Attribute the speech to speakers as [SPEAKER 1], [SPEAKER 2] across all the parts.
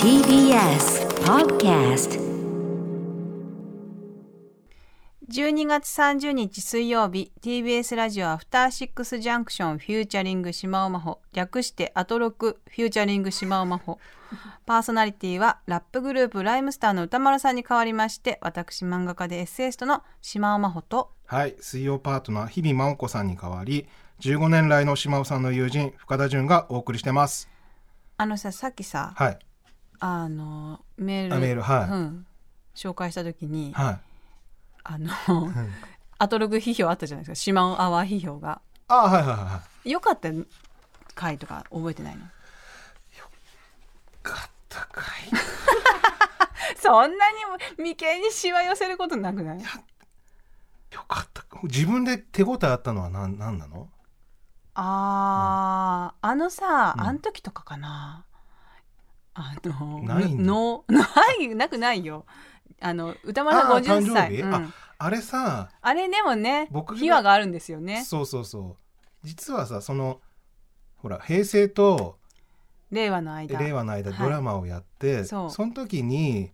[SPEAKER 1] TBS Podcast
[SPEAKER 2] 12月30日水曜日 TBS ラジオアフターシックスジャンクションフューチャリング島尾真帆略してアトロクフューチャリング島尾真帆パーソナリティはラップグループライムスターの歌丸さんに代わりまして私漫画家でエッセイストの島尾真帆と
[SPEAKER 3] はい、水曜パートナー日々真央子さんに代わり15年来の島尾さんの友人深田純がお送りしてます
[SPEAKER 2] あのささっきさ
[SPEAKER 3] はい
[SPEAKER 2] あのメール
[SPEAKER 3] あメールはい
[SPEAKER 2] うん、紹介した時に、
[SPEAKER 3] はい
[SPEAKER 2] あのアトロク批評あったじゃないですか島尾アワー批評が
[SPEAKER 3] あはいはいはいはい
[SPEAKER 2] 良かった回とか覚えてないの
[SPEAKER 3] かったかい
[SPEAKER 2] そんなにも眉間にしわ寄せることなくない
[SPEAKER 3] よかったか自分で手応えあったのは何何なの
[SPEAKER 2] あー、あのさ、
[SPEAKER 3] うん
[SPEAKER 2] あの時とかかなあの
[SPEAKER 3] ないんだ
[SPEAKER 2] のないなくないよあの歌丸さん
[SPEAKER 3] あー
[SPEAKER 2] 50
[SPEAKER 3] 誕
[SPEAKER 2] 歳
[SPEAKER 3] 生日
[SPEAKER 2] うんあ
[SPEAKER 3] ああれさ
[SPEAKER 2] れでもね
[SPEAKER 3] 僕が
[SPEAKER 2] 秘話があるんですよね
[SPEAKER 3] そうそうそう実はさそのほら平成と
[SPEAKER 2] 令和の間
[SPEAKER 3] 令和の間
[SPEAKER 2] はい
[SPEAKER 3] ドラマをやって、
[SPEAKER 2] そう
[SPEAKER 3] その時に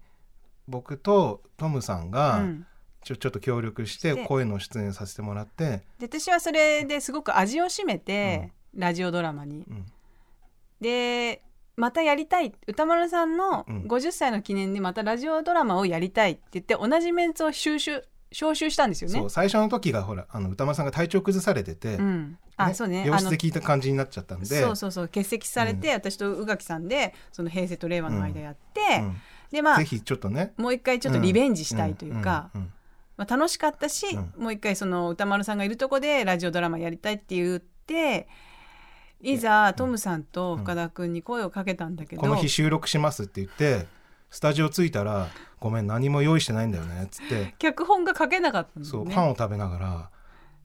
[SPEAKER 3] 僕とトムさんが、
[SPEAKER 2] うん、
[SPEAKER 3] ちょちょっと協力し
[SPEAKER 2] して
[SPEAKER 3] て声の出演させてもらって、
[SPEAKER 2] で私はそれですごく味を占めて、ラジオドラマに
[SPEAKER 3] うん、
[SPEAKER 2] でまたやりたい歌丸さんの
[SPEAKER 3] うん
[SPEAKER 2] 50歳の記念でまたラジオドラマをやりたいって言って同じメンツを収集招集したんですよね
[SPEAKER 3] そう。最初の時がほらあの歌丸さんが体調崩されてて、
[SPEAKER 2] うん、あ、
[SPEAKER 3] ね
[SPEAKER 2] そうね
[SPEAKER 3] 病
[SPEAKER 2] あ
[SPEAKER 3] 室
[SPEAKER 2] の
[SPEAKER 3] で聞いた感じになっちゃったんで
[SPEAKER 2] そうそうそう欠席されて、私と宇垣さんでその平成と令和の間やって、
[SPEAKER 3] うん
[SPEAKER 2] でまあ
[SPEAKER 3] ぜひちょっとね
[SPEAKER 2] もう一回ちょっとリベンジしたいというか、
[SPEAKER 3] んうんうん
[SPEAKER 2] まあ、楽しかったし、
[SPEAKER 3] うん
[SPEAKER 2] もう一回その歌丸さんがいるとこでラジオドラマやりたいって言っていざトムさんと深田君に声をかけたんだけど、
[SPEAKER 3] この日収録しますって言ってスタジオ着いたら「ごめん何も用意してないんだよね」っつって、
[SPEAKER 2] 脚本が書けなかったんだ
[SPEAKER 3] そ
[SPEAKER 2] よ
[SPEAKER 3] う
[SPEAKER 2] ね
[SPEAKER 3] パンを食べながら、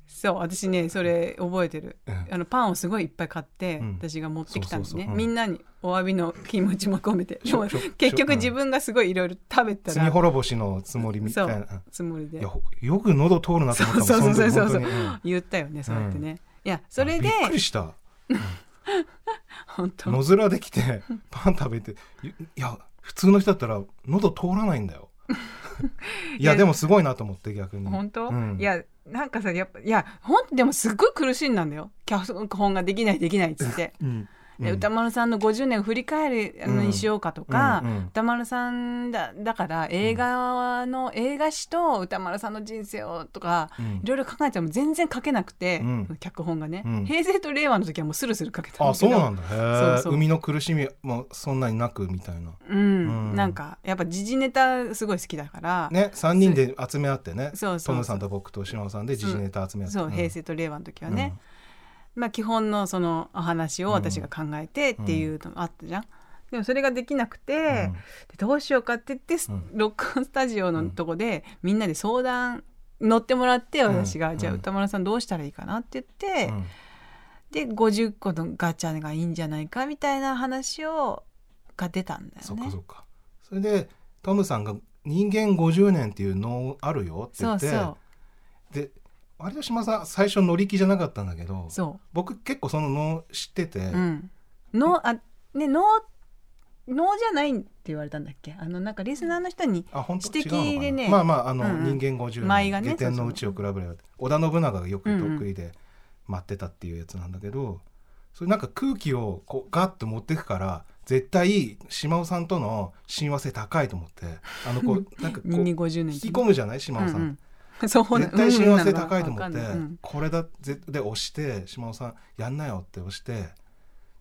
[SPEAKER 2] そう私ねそれ覚えてる
[SPEAKER 3] うん
[SPEAKER 2] あのパンをすごいいっぱい買って、
[SPEAKER 3] うん
[SPEAKER 2] 私が持ってきたんですね
[SPEAKER 3] そうそうそううん
[SPEAKER 2] みんなにお詫びの気持ちも込めてでも
[SPEAKER 3] しょしょ
[SPEAKER 2] 結
[SPEAKER 3] う
[SPEAKER 2] 局
[SPEAKER 3] ん
[SPEAKER 2] 自分がすごいいろいろ食べた
[SPEAKER 3] 罪
[SPEAKER 2] ら
[SPEAKER 3] 滅ぼしのつもりみたいな
[SPEAKER 2] そ。つもり
[SPEAKER 3] うんい
[SPEAKER 2] で
[SPEAKER 3] やほよく喉通るなと思ったもん
[SPEAKER 2] そうそうそうそう
[SPEAKER 3] の時本当にん
[SPEAKER 2] 言ったよねそうやってね、いやそれで
[SPEAKER 3] びっくりした
[SPEAKER 2] 本当
[SPEAKER 3] 野面でき てパン食べていいや普通の人だったら喉通らない んだよい
[SPEAKER 2] いや
[SPEAKER 3] やでもすごいなと思って逆に
[SPEAKER 2] 本当、
[SPEAKER 3] うん
[SPEAKER 2] いやなんかさやっぱいやほんでもすっごい苦しんだんだよ脚本ができないできないっつって、
[SPEAKER 3] うん
[SPEAKER 2] で歌丸さんの50年を振り返るのにしようかとか、
[SPEAKER 3] うんうん
[SPEAKER 2] 歌丸さんだだから映画の、映画史と歌丸さんの人生をとか
[SPEAKER 3] うん
[SPEAKER 2] いろいろ考えても全然書けなくて、
[SPEAKER 3] うん
[SPEAKER 2] 脚本がね、
[SPEAKER 3] うん
[SPEAKER 2] 平成と令和の時はもうスルスル書けたんだけど
[SPEAKER 3] あそうなんだ
[SPEAKER 2] そう
[SPEAKER 3] へえ
[SPEAKER 2] そう
[SPEAKER 3] 海の苦しみもそんなになくみたいな
[SPEAKER 2] うん
[SPEAKER 3] うん
[SPEAKER 2] なんかやっぱ時事ネタすごい好きだから、
[SPEAKER 3] ね三人で集め合ってね
[SPEAKER 2] そうそうそう
[SPEAKER 3] トムさんと僕と島尾さんで時事ネタ集め合って
[SPEAKER 2] そう平
[SPEAKER 3] 成
[SPEAKER 2] 成と令和の時はね、まあ、基本のそのお話を私が考えてっていうのもあったじゃん。でもそれができなくて、
[SPEAKER 3] ん
[SPEAKER 2] でどうしようかって言って、
[SPEAKER 3] うん
[SPEAKER 2] 録音スタジオのとこでみんなで相談乗ってもらって
[SPEAKER 3] ん
[SPEAKER 2] 私が、じゃあ
[SPEAKER 3] うん
[SPEAKER 2] 歌丸さんどうしたらいいかなって言って、で50個のガチャがいいんじゃないかみたいな話をが出たんだ
[SPEAKER 3] そ
[SPEAKER 2] よ
[SPEAKER 3] っか
[SPEAKER 2] ね
[SPEAKER 3] そ。っかそれでトムさんが「人間50年っていうのあるよ」って
[SPEAKER 2] そ
[SPEAKER 3] 言
[SPEAKER 2] う
[SPEAKER 3] って
[SPEAKER 2] そう
[SPEAKER 3] で割と島さん最初乗り気じゃなかったんだけど
[SPEAKER 2] そ
[SPEAKER 3] 僕結構その能知ってて、
[SPEAKER 2] う、うん、のあね能能じゃないって言われたんだっけあのなんかリスナーの人に
[SPEAKER 3] あ本当
[SPEAKER 2] 指摘でね
[SPEAKER 3] 違うのかなまあまああの、
[SPEAKER 2] うんうん
[SPEAKER 3] 人間50
[SPEAKER 2] 舞
[SPEAKER 3] 年、
[SPEAKER 2] がね
[SPEAKER 3] 下天のうちを比べれば織田信長がよく得意で待ってたっていうやつなんだけど、それなんか空気をこうガッと持ってくから絶対島尾さんとの親和性高いと思ってあのこ うなんかこう
[SPEAKER 2] 人
[SPEAKER 3] 引
[SPEAKER 2] 間50年って
[SPEAKER 3] き込むじゃない島尾さん。
[SPEAKER 2] うんうん、 そう
[SPEAKER 3] 絶対親和性高いと思
[SPEAKER 2] う
[SPEAKER 3] っ
[SPEAKER 2] ん
[SPEAKER 3] て、
[SPEAKER 2] なのがわかんないうん
[SPEAKER 3] これだぜで押して島尾さんやんなよって押して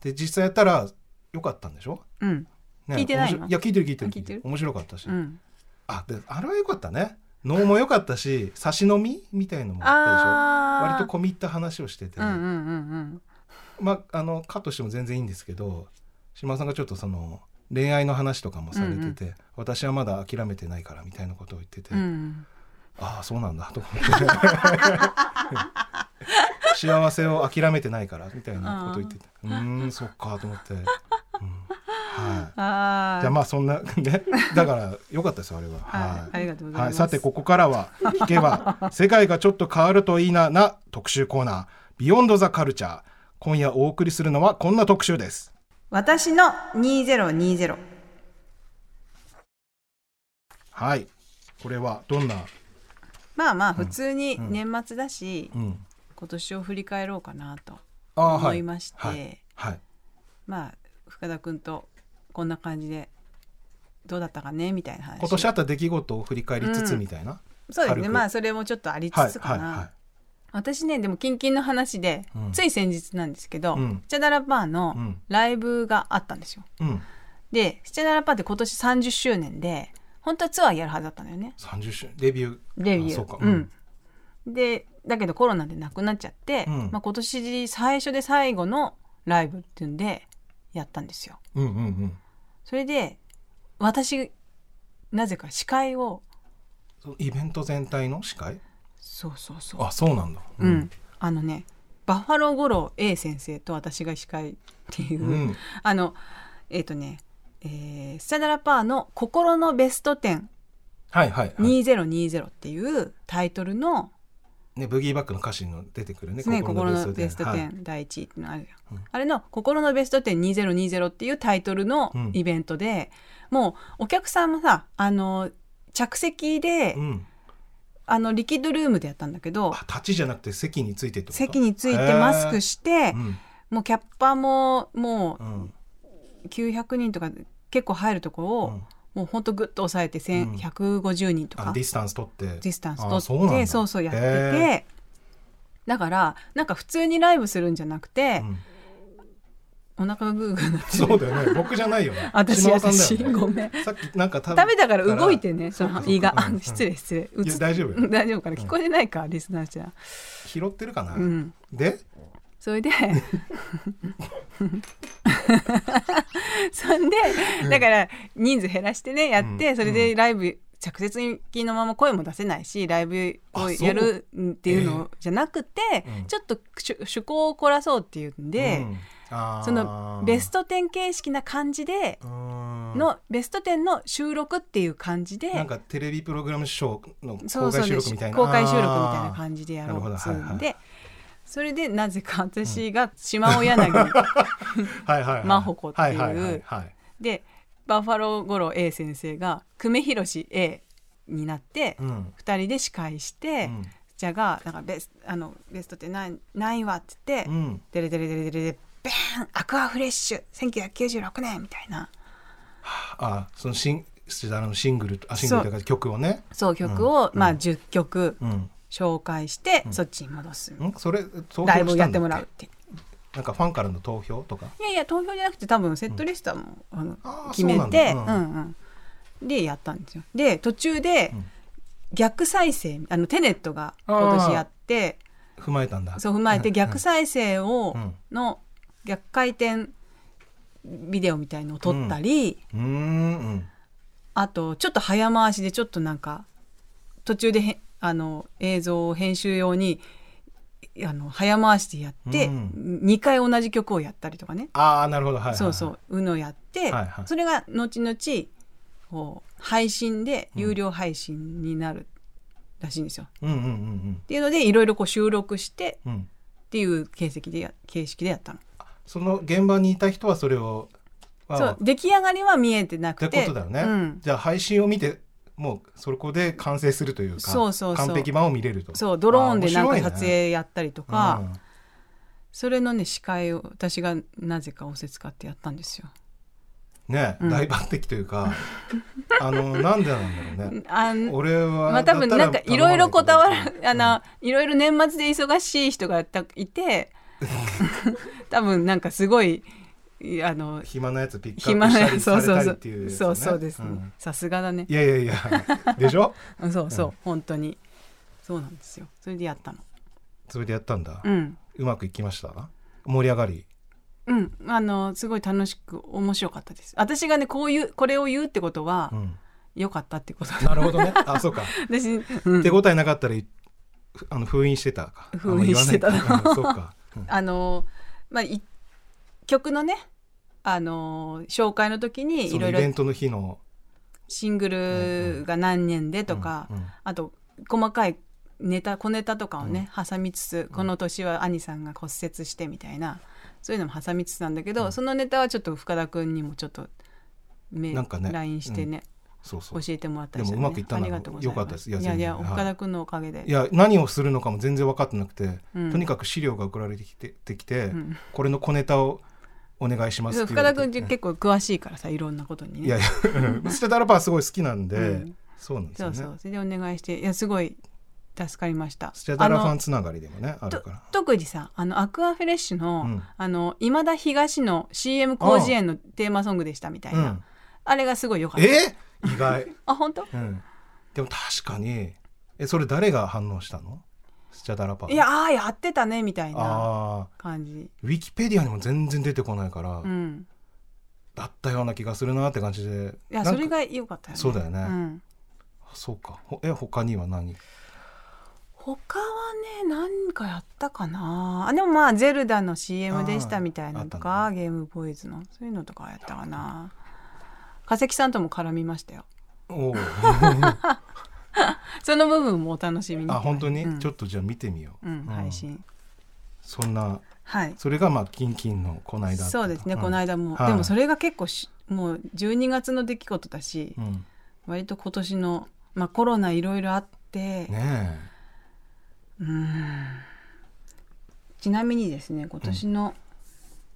[SPEAKER 3] で実際やったらよかったんでしょ、
[SPEAKER 2] うん
[SPEAKER 3] ね
[SPEAKER 2] 聞いてないの
[SPEAKER 3] 面白いや聞いてる聞いてる
[SPEAKER 2] あ聞いてる
[SPEAKER 3] 面白かったし、
[SPEAKER 2] うん
[SPEAKER 3] あであれは良かったね能も良かったし差し飲みみたいのもあっ
[SPEAKER 2] あ
[SPEAKER 3] たでし
[SPEAKER 2] ー
[SPEAKER 3] ょ割と込み入った話をしてて、
[SPEAKER 2] うんうんうん
[SPEAKER 3] まああのカットしても全然いいんですけど島田さんがちょっとその恋愛の話とかもされてて、私はまだ諦めてないからみたいなことを言ってて、
[SPEAKER 2] うんうん
[SPEAKER 3] ああそうなんだと思 って幸せを諦めてないからみたいなことを言っててうーんそっかと思って、うん、はい。
[SPEAKER 2] あ
[SPEAKER 3] じゃあまあそんなねだから良かったですよあれは。はい
[SPEAKER 2] ありがとうございます
[SPEAKER 3] はさてここからは聞 けば世界がちょっと変わるといいなな特集コーナービヨンドザカルチャー今夜お送りするのはこんな特集です。
[SPEAKER 2] 私の2020
[SPEAKER 3] はいこれはどんな、
[SPEAKER 2] まあまあ普通に年末だし、
[SPEAKER 3] うん、
[SPEAKER 2] 今年を振り返ろうかなと
[SPEAKER 3] あー
[SPEAKER 2] 思いまして、
[SPEAKER 3] はいはい
[SPEAKER 2] まあ深田君とこんな感じでどうだったかねみたいな話
[SPEAKER 3] 今年あった出来事を振り返りつつみたいな、
[SPEAKER 2] そうです
[SPEAKER 3] 軽
[SPEAKER 2] ね
[SPEAKER 3] く
[SPEAKER 2] まあそれもちょっとあり
[SPEAKER 3] は
[SPEAKER 2] つ
[SPEAKER 3] い
[SPEAKER 2] つ
[SPEAKER 3] は
[SPEAKER 2] か
[SPEAKER 3] い
[SPEAKER 2] な、
[SPEAKER 3] は
[SPEAKER 2] 私ねでもキンキンの話で、
[SPEAKER 3] うん
[SPEAKER 2] つい先日なんですけど、
[SPEAKER 3] うん
[SPEAKER 2] スチャダラパー
[SPEAKER 3] い、う
[SPEAKER 2] の
[SPEAKER 3] ん
[SPEAKER 2] ライブがあったんですよ
[SPEAKER 3] うん、
[SPEAKER 2] でスチャダラパーって今年30周年で本当はツアーやるはずだったのよね
[SPEAKER 3] 30周レビュー
[SPEAKER 2] レビュー
[SPEAKER 3] あそうか
[SPEAKER 2] うんでだけどコロナでなくなっちゃって、
[SPEAKER 3] うん
[SPEAKER 2] まあ、今年最初で最後のライブっていうんでやったんですよ
[SPEAKER 3] うんうんうん
[SPEAKER 2] それで私なぜか司会を
[SPEAKER 3] そのイベント全体の司会
[SPEAKER 2] そうそうそう
[SPEAKER 3] あそうなんだ
[SPEAKER 2] うん、あのねバッファロー五郎 A 先生と私が司会っていうう、
[SPEAKER 3] ん、うん
[SPEAKER 2] あのえっ、とね、えースチャダラパーの「心のベスト10
[SPEAKER 3] はいはい、はい
[SPEAKER 2] 2020」っていうタイトルの、
[SPEAKER 3] ね、ブギーバックの歌詞の出てくるね
[SPEAKER 2] ね、心のベスト
[SPEAKER 3] はい
[SPEAKER 2] 10第1位ってのあるじゃん、
[SPEAKER 3] うん
[SPEAKER 2] あれの「心のベスト10 2020」っていうタイトルの
[SPEAKER 3] うん
[SPEAKER 2] イベントで、もうお客さんもさあの着席で、
[SPEAKER 3] うん、
[SPEAKER 2] あのリキッドルームでやったんだけど
[SPEAKER 3] あ立ちじゃなくて席についてってこと
[SPEAKER 2] 席についてマスク
[SPEAKER 3] し
[SPEAKER 2] して、
[SPEAKER 3] うん
[SPEAKER 2] もうキャッパもも
[SPEAKER 3] うん
[SPEAKER 2] う900人とか結構入るとこを、
[SPEAKER 3] うん、
[SPEAKER 2] もうほんとグッと抑えて
[SPEAKER 3] うん
[SPEAKER 2] 1 1 5 0人とか、
[SPEAKER 3] あデ
[SPEAKER 2] デ
[SPEAKER 3] ィスタンス取って
[SPEAKER 2] ィスタンス
[SPEAKER 3] あそう
[SPEAKER 2] 取っ
[SPEAKER 3] なん
[SPEAKER 2] て
[SPEAKER 3] だ
[SPEAKER 2] そうそうやって
[SPEAKER 3] へ
[SPEAKER 2] てだからなんか普通にライブするんじゃなくて
[SPEAKER 3] う、
[SPEAKER 2] お
[SPEAKER 3] ん
[SPEAKER 2] 腹がグーグーなってる
[SPEAKER 3] そう だよね僕じゃないよね
[SPEAKER 2] 私
[SPEAKER 3] 島尾さんだよ
[SPEAKER 2] 私
[SPEAKER 3] ね
[SPEAKER 2] ごめん
[SPEAKER 3] さっきなんか食
[SPEAKER 2] 食べたから動いてねそ
[SPEAKER 3] か
[SPEAKER 2] の胃が
[SPEAKER 3] そうかうん
[SPEAKER 2] 失礼失礼
[SPEAKER 3] いや
[SPEAKER 2] 映っ
[SPEAKER 3] 大丈
[SPEAKER 2] うん
[SPEAKER 3] 夫
[SPEAKER 2] 大丈夫かな聞こえてないか、リスナーちゃん、
[SPEAKER 3] 拾ってるかな、
[SPEAKER 2] うん、
[SPEAKER 3] で
[SPEAKER 2] それで そんでだから人数減らしてねやって、
[SPEAKER 3] うん
[SPEAKER 2] それでライブ着接機のまま声も出せないしライブを
[SPEAKER 3] あそう
[SPEAKER 2] やるっていうのじゃなくて、
[SPEAKER 3] うん
[SPEAKER 2] ちょっと趣趣向を凝らそうっていうんで、そのベス
[SPEAKER 3] ト
[SPEAKER 2] ト10形式な感じでのベスト10の収録っていう感じで
[SPEAKER 3] なんかテレビプログラムショーの
[SPEAKER 2] そうそ
[SPEAKER 3] 公
[SPEAKER 2] う
[SPEAKER 3] 開収録みたいな
[SPEAKER 2] 公開収録みたいな感じでやろ
[SPEAKER 3] な
[SPEAKER 2] う
[SPEAKER 3] る
[SPEAKER 2] っつ
[SPEAKER 3] ほ
[SPEAKER 2] う
[SPEAKER 3] ど
[SPEAKER 2] んで、
[SPEAKER 3] はいは
[SPEAKER 2] それでなぜか私が島尾柳
[SPEAKER 3] じはいはいはい
[SPEAKER 2] 真帆子っていう
[SPEAKER 3] はいはいはいはい
[SPEAKER 2] でバッファロー五郎 A 先生が久米宏 A になって、
[SPEAKER 3] う
[SPEAKER 2] 二
[SPEAKER 3] ん
[SPEAKER 2] 人で司会して、
[SPEAKER 3] うん
[SPEAKER 2] じゃがなんかベスあのベストってないないわって言って、
[SPEAKER 3] うん
[SPEAKER 2] デレデレデレデレでベーンアクアフレッシュ1996年みたいな
[SPEAKER 3] あそのシンスチダラのシングルとあシングルというか曲をね
[SPEAKER 2] そう曲を、
[SPEAKER 3] うん
[SPEAKER 2] まあ、
[SPEAKER 3] うん
[SPEAKER 2] 10曲
[SPEAKER 3] うん
[SPEAKER 2] 紹介して、そっちに戻す、
[SPEAKER 3] んそれ投票
[SPEAKER 2] ライブを
[SPEAKER 3] した
[SPEAKER 2] や
[SPEAKER 3] ん
[SPEAKER 2] っ
[SPEAKER 3] だ
[SPEAKER 2] て
[SPEAKER 3] っ
[SPEAKER 2] も
[SPEAKER 3] け
[SPEAKER 2] らうっていう
[SPEAKER 3] なんかファンからの投票とか
[SPEAKER 2] いやいや投票じゃなくて多分セットリストはもう、あの
[SPEAKER 3] あー
[SPEAKER 2] 決めて、
[SPEAKER 3] そううんな
[SPEAKER 2] うん
[SPEAKER 3] だ
[SPEAKER 2] でやったんですよで途中で
[SPEAKER 3] うん
[SPEAKER 2] 逆再生あのテネットが今年やって
[SPEAKER 3] 踏まえたんだ
[SPEAKER 2] そう踏まえて
[SPEAKER 3] ん
[SPEAKER 2] 逆再生を
[SPEAKER 3] うん
[SPEAKER 2] の逆回転ビデオみたいのを撮ったり、
[SPEAKER 3] うーんうん
[SPEAKER 2] あとちょっと早回しでちょっとなんか途中でへあの映像を編集用にあの早回しでやって、
[SPEAKER 3] う
[SPEAKER 2] 2回同じ曲をやったりとかね
[SPEAKER 3] ああなるほどはいはいはい
[SPEAKER 2] そうそう、うのやって、
[SPEAKER 3] はいはい
[SPEAKER 2] それが後々こう配信で有料配信になるらしいんですよ。っ
[SPEAKER 3] うんうんうん
[SPEAKER 2] ていうのでいろいろこう収録して
[SPEAKER 3] うんうん
[SPEAKER 2] っていう形式でや形式でやったの。
[SPEAKER 3] その現場にいた人はそれをわあ
[SPEAKER 2] そう出来上がりは見えてな
[SPEAKER 3] って
[SPEAKER 2] く
[SPEAKER 3] こ
[SPEAKER 2] て。
[SPEAKER 3] とだよね、
[SPEAKER 2] うん
[SPEAKER 3] じゃあ配信を見てもうそこで完成するというか
[SPEAKER 2] そうそうそう
[SPEAKER 3] 完璧版を見れると
[SPEAKER 2] そうドローンでなん
[SPEAKER 3] あ
[SPEAKER 2] か
[SPEAKER 3] 面白いね
[SPEAKER 2] 撮影やったりとか、それのね司会を私がなぜかおせ使ってやったんですよ。
[SPEAKER 3] うんね、
[SPEAKER 2] うん
[SPEAKER 3] 大抜擢というか あのなんでなんだろうね
[SPEAKER 2] あん
[SPEAKER 3] 俺は
[SPEAKER 2] まあ多分
[SPEAKER 3] だ
[SPEAKER 2] な
[SPEAKER 3] っ
[SPEAKER 2] ん
[SPEAKER 3] た
[SPEAKER 2] からいろいろこだわる、
[SPEAKER 3] 頼まないけど
[SPEAKER 2] あの、いろいろ年末で忙しい人がたい て、多分なんかすごい、いあの、
[SPEAKER 3] 暇なやつピック
[SPEAKER 2] 暇
[SPEAKER 3] アップし
[SPEAKER 2] な
[SPEAKER 3] たり
[SPEAKER 2] そう
[SPEAKER 3] さ
[SPEAKER 2] そうそ
[SPEAKER 3] れたり
[SPEAKER 2] う
[SPEAKER 3] っていう、やつね
[SPEAKER 2] そうそうですね
[SPEAKER 3] ん。
[SPEAKER 2] さすがだね。
[SPEAKER 3] いやいやい やでしょ
[SPEAKER 2] うんそうそう、本当に。そうなんですよ。それでやったの。
[SPEAKER 3] それでやったんだ、う
[SPEAKER 2] うん。
[SPEAKER 3] まくいきました盛り上がり
[SPEAKER 2] うん、あのすごい楽しく面白かったです私がねこういうこれを言うってことは
[SPEAKER 3] うん
[SPEAKER 2] 良、かったってこと だ
[SPEAKER 3] なるほどね あそうか
[SPEAKER 2] 私、うん
[SPEAKER 3] 手応えなかったらいふあの封印してたかあんま言わないか
[SPEAKER 2] 封印してたな
[SPEAKER 3] うんそうか、うん
[SPEAKER 2] あのまあい曲のねあの紹介の時に
[SPEAKER 3] そ
[SPEAKER 2] いろ
[SPEAKER 3] の
[SPEAKER 2] い
[SPEAKER 3] イ
[SPEAKER 2] ろ
[SPEAKER 3] ベントの日の
[SPEAKER 2] シングルが何年でとか、
[SPEAKER 3] うんうん
[SPEAKER 2] あと細かいネタ小ネタとかをね、挟みつつこの年は兄さんが骨折してみたいなそういうのも挟みつつなんだけど、そのネタはちょっと深田君にもちょっとメ
[SPEAKER 3] なんかね
[SPEAKER 2] LINE してね、
[SPEAKER 3] そうそう
[SPEAKER 2] 教えてもらったりして、ね、
[SPEAKER 3] でもうまくいったな
[SPEAKER 2] ありがとうございます
[SPEAKER 3] よかったです
[SPEAKER 2] い
[SPEAKER 3] い
[SPEAKER 2] や
[SPEAKER 3] や
[SPEAKER 2] いや
[SPEAKER 3] 全然はい
[SPEAKER 2] 深田君のおかげで
[SPEAKER 3] いや何をするのかも全然分かってなくて、
[SPEAKER 2] うん
[SPEAKER 3] とにかく資料が送られてきててきて、
[SPEAKER 2] ん
[SPEAKER 3] これの小ネタをお願いします
[SPEAKER 2] そう
[SPEAKER 3] って
[SPEAKER 2] 深
[SPEAKER 3] 言わ
[SPEAKER 2] 田
[SPEAKER 3] れて
[SPEAKER 2] 君って結構詳しいからさいろんなことにね
[SPEAKER 3] いやいやステタラパーすごい好きなんで、
[SPEAKER 2] うん
[SPEAKER 3] そうなんです
[SPEAKER 2] そ
[SPEAKER 3] よ
[SPEAKER 2] う
[SPEAKER 3] ね
[SPEAKER 2] そうそれでお願いしていやすごい助かりました
[SPEAKER 3] ステタラファ
[SPEAKER 2] あ
[SPEAKER 3] ン
[SPEAKER 2] の
[SPEAKER 3] つながりでもねある
[SPEAKER 2] と
[SPEAKER 3] から
[SPEAKER 2] 特にさあのアクアフレッシュの,、
[SPEAKER 3] うん
[SPEAKER 2] あの今田東の CM 広辞苑のテーマソングでしたみたいな、
[SPEAKER 3] うん
[SPEAKER 2] あれがすごい良かった
[SPEAKER 3] えー意外、
[SPEAKER 2] あ本当
[SPEAKER 3] うん、でも確かにえそれ誰が反応したのスチャダラパー
[SPEAKER 2] いやあーやってたねみたいな
[SPEAKER 3] あー
[SPEAKER 2] 感じ
[SPEAKER 3] ウィキペディアにも全然出てこないから、
[SPEAKER 2] うん
[SPEAKER 3] だったような気がするなって感じで
[SPEAKER 2] いや
[SPEAKER 3] な
[SPEAKER 2] そ
[SPEAKER 3] んか
[SPEAKER 2] れが良かったよね
[SPEAKER 3] そうだよね
[SPEAKER 2] ん
[SPEAKER 3] そうかほえ他には何
[SPEAKER 2] 他はね何かやったかなあでもまあ「ゼルダ」の CM でしたみたいなのと
[SPEAKER 3] あーあ
[SPEAKER 2] か、ゲームボーイズのそういうのとかやったかな化石さんとも絡みましたよ
[SPEAKER 3] おお
[SPEAKER 2] その部分もお楽しみに
[SPEAKER 3] あ本当に、
[SPEAKER 2] うん
[SPEAKER 3] ちょっとじゃあ見てみよう、
[SPEAKER 2] うん、配信
[SPEAKER 3] そんな
[SPEAKER 2] はい
[SPEAKER 3] それがまあキンキンのこないだ
[SPEAKER 2] そうですね、この間も、
[SPEAKER 3] はい
[SPEAKER 2] でもそれが結構しもう12月の出来事だし、
[SPEAKER 3] うん、
[SPEAKER 2] 割と今年の、まあ、コロナいろいろあって、
[SPEAKER 3] ね
[SPEAKER 2] ちなみにですね今年の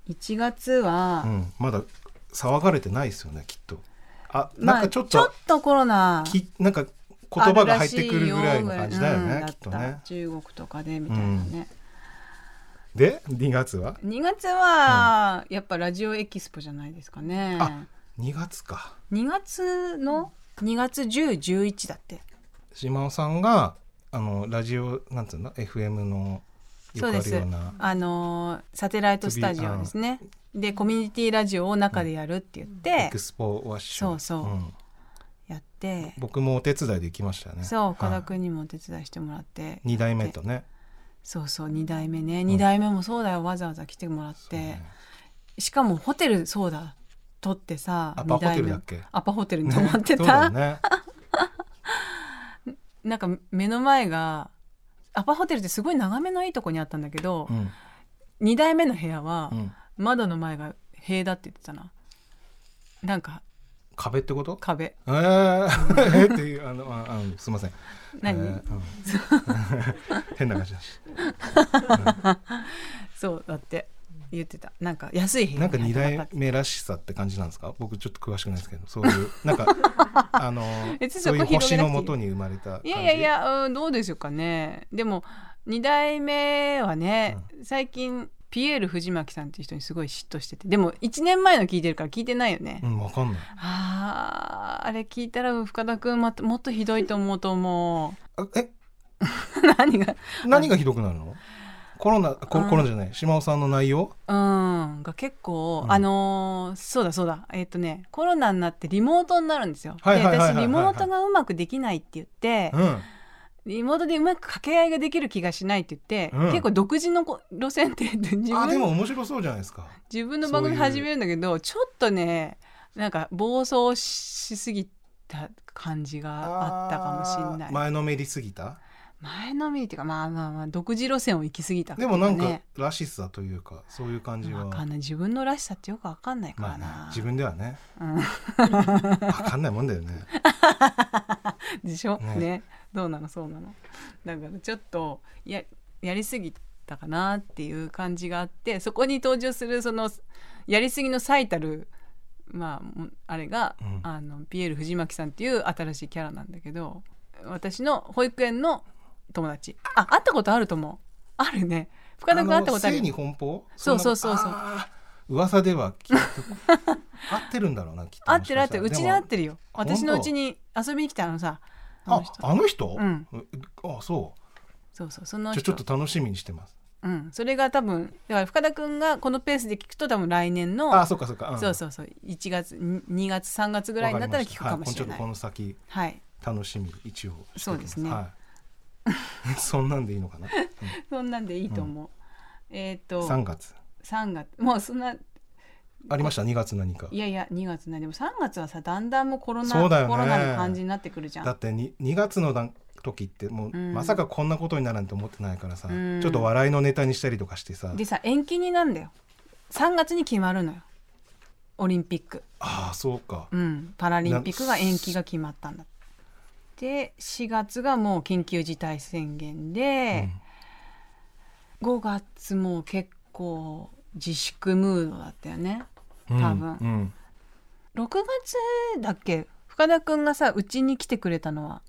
[SPEAKER 2] 1月は
[SPEAKER 3] え、う、ん、まだ騒がれてないですよねきっとあ
[SPEAKER 2] まあ
[SPEAKER 3] なんかちょっと,、
[SPEAKER 2] コロナ
[SPEAKER 3] きなんか言
[SPEAKER 2] あ
[SPEAKER 3] 葉
[SPEAKER 2] る
[SPEAKER 3] が
[SPEAKER 2] ら
[SPEAKER 3] 入っ
[SPEAKER 2] して
[SPEAKER 3] くるぐらいの感じだよね、
[SPEAKER 2] い
[SPEAKER 3] きっと
[SPEAKER 2] うんだ
[SPEAKER 3] ね
[SPEAKER 2] た中国とかでみたいなね、
[SPEAKER 3] で2月は
[SPEAKER 2] 2月はやっぱラジオエキスポじゃないですかね
[SPEAKER 3] あ2月か
[SPEAKER 2] 2月の2月1011だって
[SPEAKER 3] 島尾さんがあのラジオなんつうの FM のよくあるような
[SPEAKER 2] あのーサテライトスタジオですねでコミュニティラジオを中でやるって言って
[SPEAKER 3] エクスポワッション
[SPEAKER 2] そうそうんやって、
[SPEAKER 3] 僕もお手伝いで行きましたね
[SPEAKER 2] そう岡田
[SPEAKER 3] はい
[SPEAKER 2] 君にもお手伝いしてもらって
[SPEAKER 3] 二代目とね
[SPEAKER 2] そうそう2代目ね2代目もそうだよわざわざ来てもらって、しかもホテルそうだ取ってさ
[SPEAKER 3] アパホテルだ
[SPEAKER 2] 二代
[SPEAKER 3] っけ
[SPEAKER 2] 目アパホテルに泊まって
[SPEAKER 3] そうだ
[SPEAKER 2] た、
[SPEAKER 3] よね
[SPEAKER 2] なんか目の前がアパホテルってすごい眺めのいいとこにあったんだけど
[SPEAKER 3] う、ん
[SPEAKER 2] 二2代目の部屋は
[SPEAKER 3] うん
[SPEAKER 2] 窓の前が塀だって言ってたななんか
[SPEAKER 3] 壁ってこと
[SPEAKER 2] 壁
[SPEAKER 3] えー っていうあのああのすみません
[SPEAKER 2] 何、
[SPEAKER 3] えーうん 変な感じだし
[SPEAKER 2] そうだって言ってたなんか安い部屋
[SPEAKER 3] なんか
[SPEAKER 2] に
[SPEAKER 3] 二
[SPEAKER 2] 入った
[SPEAKER 3] 代目らしさって感じなんですか僕ちょっと詳しくないですけどそういうなんかあ の
[SPEAKER 2] 別にそ
[SPEAKER 3] そ
[SPEAKER 2] こ
[SPEAKER 3] ういう星
[SPEAKER 2] 広げなくて
[SPEAKER 3] の
[SPEAKER 2] いい
[SPEAKER 3] もとに生まれた感じ
[SPEAKER 2] いやいやいや、うん、どうでしょうかねでも2代目はね、最近ピエール藤巻さんっていう人にすごい嫉妬しててでも1年前の聞いてるから聞いてないよね、
[SPEAKER 3] うんわかんない
[SPEAKER 2] あーあれ聞いたら深田君またもっとひどいと思う と思
[SPEAKER 3] あえ
[SPEAKER 2] う何が
[SPEAKER 3] 何がひどくなるのコロナココロナじゃない島尾さんの内容
[SPEAKER 2] うんが結構、
[SPEAKER 3] うん
[SPEAKER 2] あのーそうだそうだえっ、とねコロナになってリモートになるんですよ。
[SPEAKER 3] はい
[SPEAKER 2] で
[SPEAKER 3] はいはいはい
[SPEAKER 2] 私リモートがうまくできないって言って
[SPEAKER 3] うん
[SPEAKER 2] リモートでうまく掛け合いができる気がしないって言って、
[SPEAKER 3] うん
[SPEAKER 2] 結構独自のこ路線って自
[SPEAKER 3] あで
[SPEAKER 2] 分
[SPEAKER 3] も面白そうじゃないですか
[SPEAKER 2] 自分の番組始めるんだけどちょっとねなんか暴走しすぎた感じがあったかもしれな
[SPEAKER 3] あ
[SPEAKER 2] い
[SPEAKER 3] ー前のめりすぎた
[SPEAKER 2] 前のめりっていうかまあまあまあ独自路線を行き過ぎた
[SPEAKER 3] でもなんか
[SPEAKER 2] ね
[SPEAKER 3] らしさというかそういう感じは
[SPEAKER 2] わかんない自分のらしさってよくわかんないか
[SPEAKER 3] ま
[SPEAKER 2] ら
[SPEAKER 3] あ
[SPEAKER 2] な、
[SPEAKER 3] ね自分ではねわかんないもんだよね
[SPEAKER 2] でしょね
[SPEAKER 3] ね
[SPEAKER 2] どうなのそうなのだからちょっとややりすぎたかなっていう感じがあってそこに登場するそのやりすぎの最たるまあもあれが、
[SPEAKER 3] うん
[SPEAKER 2] あのピエール藤巻さんっていう新しいキャラなんだけど私の保育園の友達あ会ったことあると思うあるね深田君会ったことあ
[SPEAKER 3] あの
[SPEAKER 2] る
[SPEAKER 3] 性に奔放
[SPEAKER 2] そうそうん
[SPEAKER 3] な
[SPEAKER 2] そうそう
[SPEAKER 3] あー噂ではきっと合ってるん だろうなきっと
[SPEAKER 2] 会ってる会ってるうちで会って
[SPEAKER 3] る
[SPEAKER 2] るよ
[SPEAKER 3] 本当
[SPEAKER 2] 私のうちに遊びに来たのさあの
[SPEAKER 3] あ
[SPEAKER 2] 人
[SPEAKER 3] あの人
[SPEAKER 2] うん
[SPEAKER 3] あそう
[SPEAKER 2] そうそうその
[SPEAKER 3] じ
[SPEAKER 2] 人
[SPEAKER 3] ゃあちょっと楽しみにしてます
[SPEAKER 2] うん、それが多分だから深田君がこのペースで聞くと多分来年の
[SPEAKER 3] あそうかそうかん
[SPEAKER 2] そうそうそう1月2月3月ぐらいになったら聞くかもしれ
[SPEAKER 3] わかりまたは
[SPEAKER 2] ない
[SPEAKER 3] い、このちょっとこの先
[SPEAKER 2] はい、
[SPEAKER 3] 楽しみ一応しておきます
[SPEAKER 2] そうですね
[SPEAKER 3] はい そんなんでいいのかな、
[SPEAKER 2] そんなんでいいと思う、えっ、
[SPEAKER 3] うん、
[SPEAKER 2] と
[SPEAKER 3] 3月
[SPEAKER 2] 3月もうそんな
[SPEAKER 3] ありました2月何か
[SPEAKER 2] いやいや2月ないでも3月はさだんだんもうコロナ、
[SPEAKER 3] そうだよね
[SPEAKER 2] コロナの感じになってくるじゃ
[SPEAKER 3] だ
[SPEAKER 2] ん
[SPEAKER 3] ってに 2, 月の段時ってもう、
[SPEAKER 2] うん
[SPEAKER 3] まさかこんなことになるなんて思ってないからさ、
[SPEAKER 2] うん
[SPEAKER 3] ちょっと笑いのネタにしたりとかしてさ
[SPEAKER 2] でさ延期になんだよ3月に決まるのよオリンピック、
[SPEAKER 3] ああそうか
[SPEAKER 2] うん、パラリンピックが延期が決まったんだで4月がもう緊急事態宣言で、5月も結構自粛ムードだったよね
[SPEAKER 3] うん
[SPEAKER 2] 多分
[SPEAKER 3] うん
[SPEAKER 2] 6月だっけ深田くんがさうちに来てくれたのは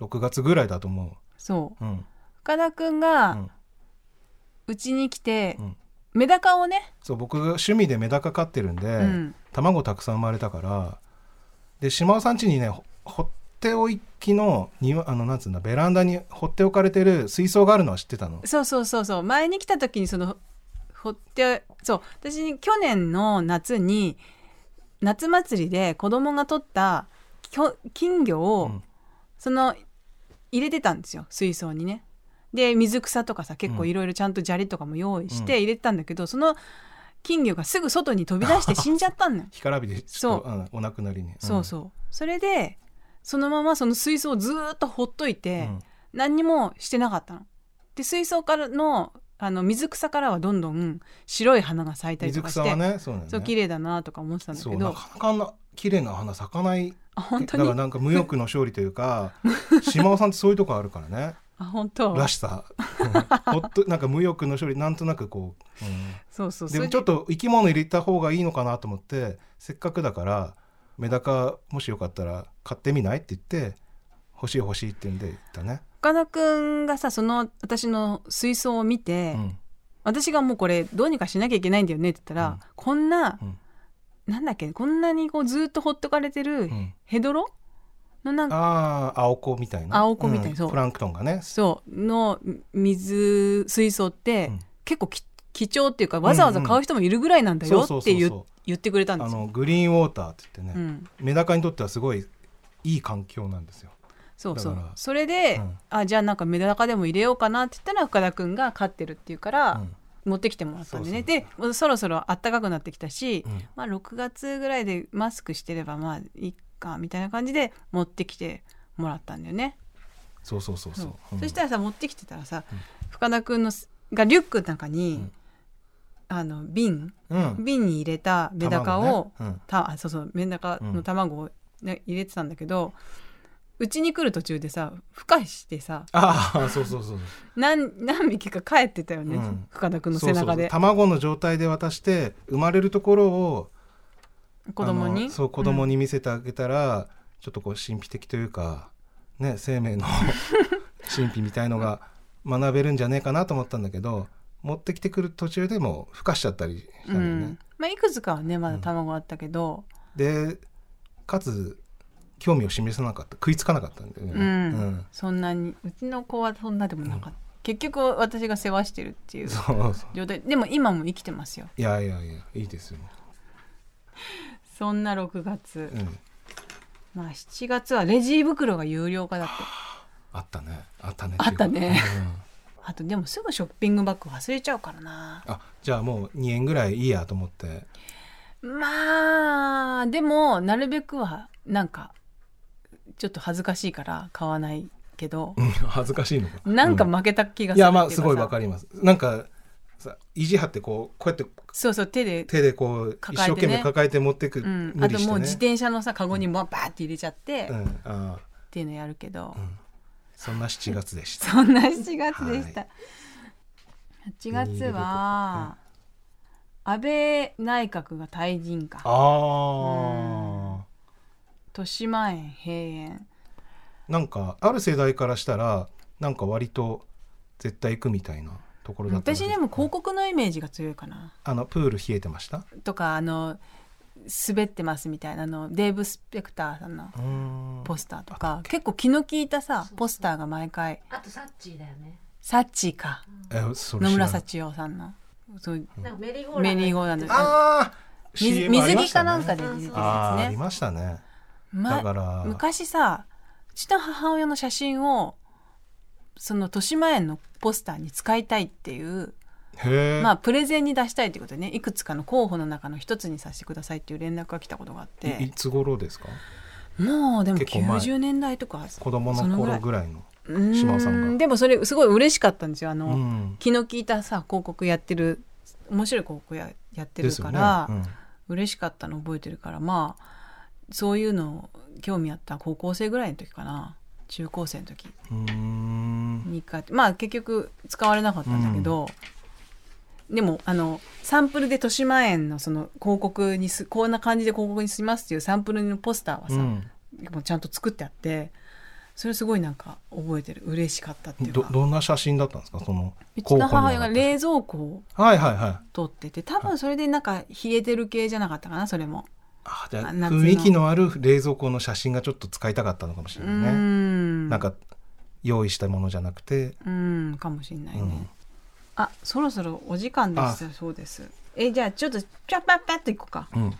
[SPEAKER 3] 6月ぐらいだと思
[SPEAKER 2] そう
[SPEAKER 3] ううん
[SPEAKER 2] 深田くん
[SPEAKER 3] う
[SPEAKER 2] が
[SPEAKER 3] ん
[SPEAKER 2] うちに来て、
[SPEAKER 3] うん
[SPEAKER 2] メダカをね、
[SPEAKER 3] そう僕が趣味でメダカ飼ってるんで、
[SPEAKER 2] うん
[SPEAKER 3] 卵たくさん生まれたからで島尾さん家にねほほっておきの庭あのなんつうんだベランダに放っておかれてる水槽があるのは知ってたの
[SPEAKER 2] そうそうそうそう前に来た時にそのほってそう私に去年の夏に夏祭りで子供が取ったきょ金魚を、
[SPEAKER 3] うん
[SPEAKER 2] その入れてたんですよ水槽にね。で水草とかさ結構いろいろちゃんと砂利とかも用意して入れてたんだけど、その金魚がすぐ外に飛び出 して死んじゃったのよ。
[SPEAKER 3] 干からびでちょっとうんお亡くなりに、ん
[SPEAKER 2] そうそうそれでそのままその水槽をずーっとほっといて、
[SPEAKER 3] うん
[SPEAKER 2] 何にもしてなかったの。で水槽からのあの水草からはどんどん白い花が咲いたり
[SPEAKER 3] 水
[SPEAKER 2] とかして
[SPEAKER 3] 草はねそうなん
[SPEAKER 2] そう綺麗だなとか思ってたんだ
[SPEAKER 3] そ
[SPEAKER 2] け
[SPEAKER 3] うな
[SPEAKER 2] ど
[SPEAKER 3] かなかあんな綺麗な花咲かない
[SPEAKER 2] あ本当
[SPEAKER 3] だ
[SPEAKER 2] に
[SPEAKER 3] からなんか無欲の勝利とい うか島尾さんってそういうとこあるからね
[SPEAKER 2] あ本当
[SPEAKER 3] らしさ、 うんほっとなんか無欲の勝利なんとなくこう、うん
[SPEAKER 2] そうそう
[SPEAKER 3] で
[SPEAKER 2] そ
[SPEAKER 3] も
[SPEAKER 2] れ
[SPEAKER 3] ちょっと生き物入れた方がいいのかなと思ってせっかくだからメダカもしよかったら買ってみないって言って欲しい欲しいって言うんで言ったね、
[SPEAKER 2] 岡田君がさその私の水槽を見て、
[SPEAKER 3] うん
[SPEAKER 2] 私がもうこれどうにかしなきゃいけないんだよねって言ったら、
[SPEAKER 3] うん
[SPEAKER 2] こんな、
[SPEAKER 3] うん
[SPEAKER 2] なんだっけこんなにこうずっとほっとかれてる
[SPEAKER 3] うん、
[SPEAKER 2] ヘドロのなんか
[SPEAKER 3] ああ青子みたいな
[SPEAKER 2] 青子みたいなそうん
[SPEAKER 3] プランクトンがね
[SPEAKER 2] そうの水水槽って、
[SPEAKER 3] うん
[SPEAKER 2] 結構き貴重っていうかわざわざ買う人もいるぐらいなんだよ
[SPEAKER 3] うんうん
[SPEAKER 2] って言,、
[SPEAKER 3] そうそうそう
[SPEAKER 2] 言ってくれた
[SPEAKER 3] あ
[SPEAKER 2] んですよ。
[SPEAKER 3] のグリーンウォーターって言って
[SPEAKER 2] う
[SPEAKER 3] ね、
[SPEAKER 2] ん、
[SPEAKER 3] メダカにとってはすごいいい環境なんですよ。
[SPEAKER 2] そうそ
[SPEAKER 3] だ
[SPEAKER 2] う
[SPEAKER 3] から
[SPEAKER 2] それで、
[SPEAKER 3] うん
[SPEAKER 2] あじゃあなんかメダカでも入れようかなって言ったら深田君が飼ってるっていうから、
[SPEAKER 3] うん
[SPEAKER 2] 持ってきてもらったんでね
[SPEAKER 3] そうそう
[SPEAKER 2] でそろそろ暖かくなってきたし、
[SPEAKER 3] うん
[SPEAKER 2] まあ、6月ぐらいでマスクしてればまあいいかみたいな感じで持ってきてもらったんだよね。
[SPEAKER 3] そうそうそう
[SPEAKER 2] そ
[SPEAKER 3] そうう。うん
[SPEAKER 2] そしたらさ持ってきてたらさ、深田君のすがリュックの中に、
[SPEAKER 3] うん
[SPEAKER 2] あの瓶
[SPEAKER 3] うん、
[SPEAKER 2] 瓶に入れたメダカを、
[SPEAKER 3] 卵ねうん
[SPEAKER 2] たあそうそうメダカの卵を、ね入れてたんだけどうちに来る途中でさ孵化してさ
[SPEAKER 3] ああそうそうそう
[SPEAKER 2] 何何匹か帰ってたよね、
[SPEAKER 3] うん
[SPEAKER 2] 深田君の背中で
[SPEAKER 3] そうそう卵の状態で渡して生まれるところを
[SPEAKER 2] 子供
[SPEAKER 3] あ
[SPEAKER 2] に
[SPEAKER 3] のそう子供に見せてあげたら、ちょっとこう神秘的というかね生 命の神秘みたいのが学べるんじゃねえかなと思ったんだけど持ってきてくる途中でもう孵化しちゃったりし
[SPEAKER 2] う
[SPEAKER 3] た
[SPEAKER 2] ん
[SPEAKER 3] だよ
[SPEAKER 2] ん
[SPEAKER 3] ね。
[SPEAKER 2] まあ、いくつかはねまだ卵あったけど、
[SPEAKER 3] でかつ興味を示さなかった食いつかなかったんだよね。
[SPEAKER 2] うん
[SPEAKER 3] うん
[SPEAKER 2] そんなにうちの子はそんなでもなかった、結局私が世話してるっていう
[SPEAKER 3] そうそう
[SPEAKER 2] 状態でも今も生きてますよ
[SPEAKER 3] いやいやいやいいですよ。
[SPEAKER 2] そんな6月
[SPEAKER 3] うん、
[SPEAKER 2] まあ7月はレジ袋が有料化だって
[SPEAKER 3] あったねあったね
[SPEAKER 2] あったね
[SPEAKER 3] ていうかうん
[SPEAKER 2] あとでもすぐショッピングバッグ忘れちゃうからな
[SPEAKER 3] あじゃあもう2円ぐらいいいやと思って
[SPEAKER 2] まあでもなるべくはなんかちょっと恥ずかしいから買わないけど
[SPEAKER 3] うん恥ずかしいのか
[SPEAKER 2] なんか
[SPEAKER 3] う
[SPEAKER 2] 負けた気が
[SPEAKER 3] い
[SPEAKER 2] するっていうかさ、
[SPEAKER 3] やまあすごいわかりますなんかさ意地張ってこうこうやって
[SPEAKER 2] そうそう手で
[SPEAKER 3] 手でこう一
[SPEAKER 2] 抱えてね
[SPEAKER 3] 生懸命抱えて持ってく、
[SPEAKER 2] うん、
[SPEAKER 3] 無
[SPEAKER 2] あ
[SPEAKER 3] 理
[SPEAKER 2] と
[SPEAKER 3] してね
[SPEAKER 2] もう自転車のさカゴにもうバーって入れちゃって、っ
[SPEAKER 3] うんあー
[SPEAKER 2] ていうのやるけど、
[SPEAKER 3] そんな7月でした
[SPEAKER 2] そんな7月でした、8月
[SPEAKER 3] は
[SPEAKER 2] は、安倍内閣が退陣か
[SPEAKER 3] あ
[SPEAKER 2] 豊島園閉園
[SPEAKER 3] ーなんかある世代からしたらなんか割と絶対行くみたいなところだったんす
[SPEAKER 2] 私でも広告のイメージが強いかな
[SPEAKER 3] あのプール冷えてました
[SPEAKER 2] とかあの滑ってますみたいなあのデーブ・スペクターさんの
[SPEAKER 3] うーん
[SPEAKER 2] ポスターとか結構気の利いたさポスターが毎回
[SPEAKER 4] あとサッチーだよね。
[SPEAKER 2] サッチーか
[SPEAKER 3] えそ
[SPEAKER 2] 野
[SPEAKER 3] れ知らな
[SPEAKER 2] 村
[SPEAKER 3] い
[SPEAKER 2] 幸男さんのそう
[SPEAKER 4] なんかメリーゴーラン
[SPEAKER 2] メ
[SPEAKER 4] ド。
[SPEAKER 2] リーゴーランド
[SPEAKER 3] あー
[SPEAKER 2] 水
[SPEAKER 3] CM あり
[SPEAKER 2] 水
[SPEAKER 3] まし
[SPEAKER 2] 着か
[SPEAKER 3] たね
[SPEAKER 2] なんかで出てた
[SPEAKER 3] あーあ
[SPEAKER 2] やつ
[SPEAKER 3] り
[SPEAKER 2] ね
[SPEAKER 3] ましたね
[SPEAKER 2] ま
[SPEAKER 3] だから
[SPEAKER 2] 昔さうちの母親の写真をその豊島園のポスターに使いたいっていう、
[SPEAKER 3] へえ、
[SPEAKER 2] まあプレゼンに出したいということでねいくつかの候補の中の一つにさせてくださいっていう連絡が来たことがあっ
[SPEAKER 3] いい
[SPEAKER 2] て
[SPEAKER 3] つ頃ですか
[SPEAKER 2] もうでも
[SPEAKER 3] 結構前
[SPEAKER 2] 90年代とか
[SPEAKER 3] 子供
[SPEAKER 2] そ
[SPEAKER 3] の
[SPEAKER 2] のぐら
[SPEAKER 3] 頃
[SPEAKER 2] い
[SPEAKER 3] ぐらいの
[SPEAKER 2] うーん
[SPEAKER 3] 島尾さんが
[SPEAKER 2] でもそれすごい嬉しかったんですよあ
[SPEAKER 3] う
[SPEAKER 2] の、
[SPEAKER 3] ん
[SPEAKER 2] 気の利いたさ広告やってる面白い広告ややって
[SPEAKER 3] で
[SPEAKER 2] る
[SPEAKER 3] すよ
[SPEAKER 2] か
[SPEAKER 3] ね
[SPEAKER 2] ら、
[SPEAKER 3] うん
[SPEAKER 2] 嬉しかったの覚えてるからまあそういうの興味あった高校生ぐらいの時かな中高生の時
[SPEAKER 3] うーん
[SPEAKER 2] に一回やってまあ結局使われなかったんだけど、でもあのサンプルで豊島園のその広告にすこんな感じで広告にしますっていうサンプルのポスターはさ、
[SPEAKER 3] うん
[SPEAKER 2] もうちゃんと作ってあってそれすごいなんか覚えてる嬉しかったっていう
[SPEAKER 3] ど
[SPEAKER 2] か
[SPEAKER 3] どんな写真だったんですかその
[SPEAKER 2] うちの母親が
[SPEAKER 3] 候補に上がっ
[SPEAKER 2] 冷蔵庫を
[SPEAKER 3] たはいはいはい
[SPEAKER 2] 撮ってて多分それでなんか冷えてる系じゃなかったかなそれも。
[SPEAKER 3] あじゃあ
[SPEAKER 2] あ夏の
[SPEAKER 3] 雰囲気のある冷蔵庫の写真がちょっと使いたかったのかもし
[SPEAKER 2] う
[SPEAKER 3] れ
[SPEAKER 2] ー
[SPEAKER 3] ないね
[SPEAKER 2] ん
[SPEAKER 3] なんか用意したものじゃなくて
[SPEAKER 2] うんかもしれないね、
[SPEAKER 3] うん
[SPEAKER 2] あそろそろお時間ですよそうですえじゃあちょっとちゃっぱっぱっといこうか
[SPEAKER 3] うん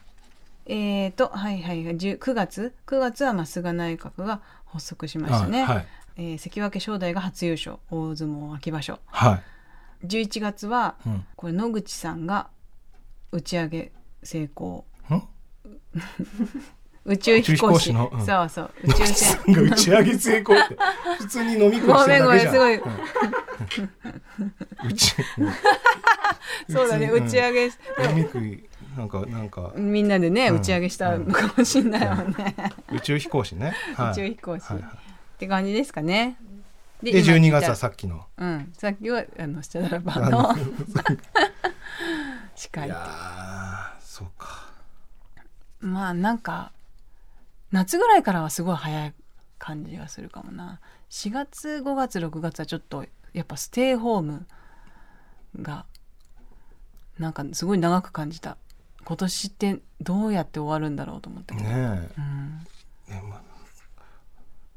[SPEAKER 2] えーとはいはい10 9月9月はまあ菅内閣が発足しましたね、
[SPEAKER 3] はいはい
[SPEAKER 2] えー関脇正代が初優勝大相撲秋場所
[SPEAKER 3] はい
[SPEAKER 2] 11月は
[SPEAKER 3] うん
[SPEAKER 2] これ野口さんが打ち上げ成功
[SPEAKER 3] ん
[SPEAKER 2] 宇宙飛行
[SPEAKER 3] 宇宙飛行士
[SPEAKER 2] 士
[SPEAKER 3] のうん
[SPEAKER 2] そうそう宇宙船
[SPEAKER 3] なんか打ち上げ成功って普通に飲み食い してるだけじゃん
[SPEAKER 2] ごめんご
[SPEAKER 3] うんうん打ち
[SPEAKER 2] そうだね打ち上げ、
[SPEAKER 3] 飲み食いなんかなんか
[SPEAKER 2] みんなでね
[SPEAKER 3] うん
[SPEAKER 2] 打ち上げしたのかもしれないもんね、
[SPEAKER 3] 宇宙飛行士ね、はい、
[SPEAKER 2] 宇宙飛行士、
[SPEAKER 3] は
[SPEAKER 2] っ
[SPEAKER 3] いは
[SPEAKER 2] て感じですかね
[SPEAKER 3] い
[SPEAKER 2] で
[SPEAKER 3] で
[SPEAKER 2] 今
[SPEAKER 3] 12月
[SPEAKER 2] 聞い
[SPEAKER 3] は
[SPEAKER 2] た
[SPEAKER 3] さっきの
[SPEAKER 2] うん、さっきはあのスチャダラバーの近
[SPEAKER 3] い
[SPEAKER 2] い
[SPEAKER 3] やーそうか
[SPEAKER 2] まあなんか夏ぐらいからはすごい早い感じがするかもな4月5月6月はちょっとやっぱステイホームがなんかすごい長く感じた今年ってどうやって終わるんだろうと思って、
[SPEAKER 3] ね
[SPEAKER 2] うん、
[SPEAKER 3] えね,、まあ、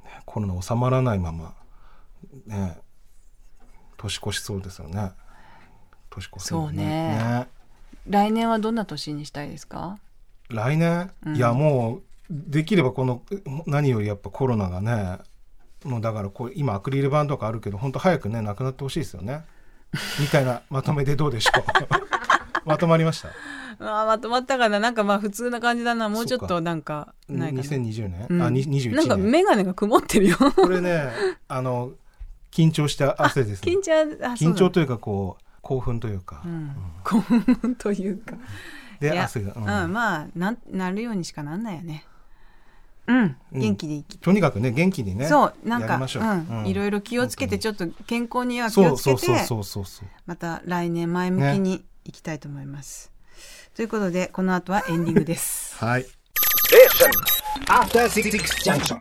[SPEAKER 3] ねコロナ収まらないままねえ年越しそうですよね年越せる
[SPEAKER 2] そうね来年はどんな年にしたいですか
[SPEAKER 3] 来年、
[SPEAKER 2] うん
[SPEAKER 3] いやもうできればこの何よりやっぱコロナがねもうだからこれ今アクリル板とかあるけど本当早くねなくなってほしいですよねみたいなまとめでどうでし ょうまとまりました
[SPEAKER 2] あまとまったかななんかまあ普通な感じだなもうちょっ
[SPEAKER 3] そう
[SPEAKER 2] となんかないかな
[SPEAKER 3] 2020年、
[SPEAKER 2] うん
[SPEAKER 3] あに21
[SPEAKER 2] なんか
[SPEAKER 3] 年
[SPEAKER 2] 眼鏡が曇ってるよ
[SPEAKER 3] これねあの緊張した汗です、ね
[SPEAKER 2] 緊、張あそう
[SPEAKER 3] 緊
[SPEAKER 2] だ
[SPEAKER 3] 張というかこう興奮というか、
[SPEAKER 2] うん興奮という かい
[SPEAKER 3] で
[SPEAKER 2] や
[SPEAKER 3] 汗が、
[SPEAKER 2] う、
[SPEAKER 3] うんん
[SPEAKER 2] まあなんなるようにしかなんないよねうん
[SPEAKER 3] うん
[SPEAKER 2] 元気で生き、
[SPEAKER 3] とにかくね元気にね
[SPEAKER 2] そうなん
[SPEAKER 3] や
[SPEAKER 2] か
[SPEAKER 3] りましょう、
[SPEAKER 2] うんいろいろ気をつけてち
[SPEAKER 3] ょっ
[SPEAKER 2] ょっと健康には気
[SPEAKER 3] そ
[SPEAKER 2] を
[SPEAKER 3] う
[SPEAKER 2] つけ
[SPEAKER 3] そうそう
[SPEAKER 2] て
[SPEAKER 3] そうそうそう
[SPEAKER 2] また来年前向きにいきたいと思います、ということでこの後はエンディングです
[SPEAKER 3] はい
[SPEAKER 5] After Six Junction.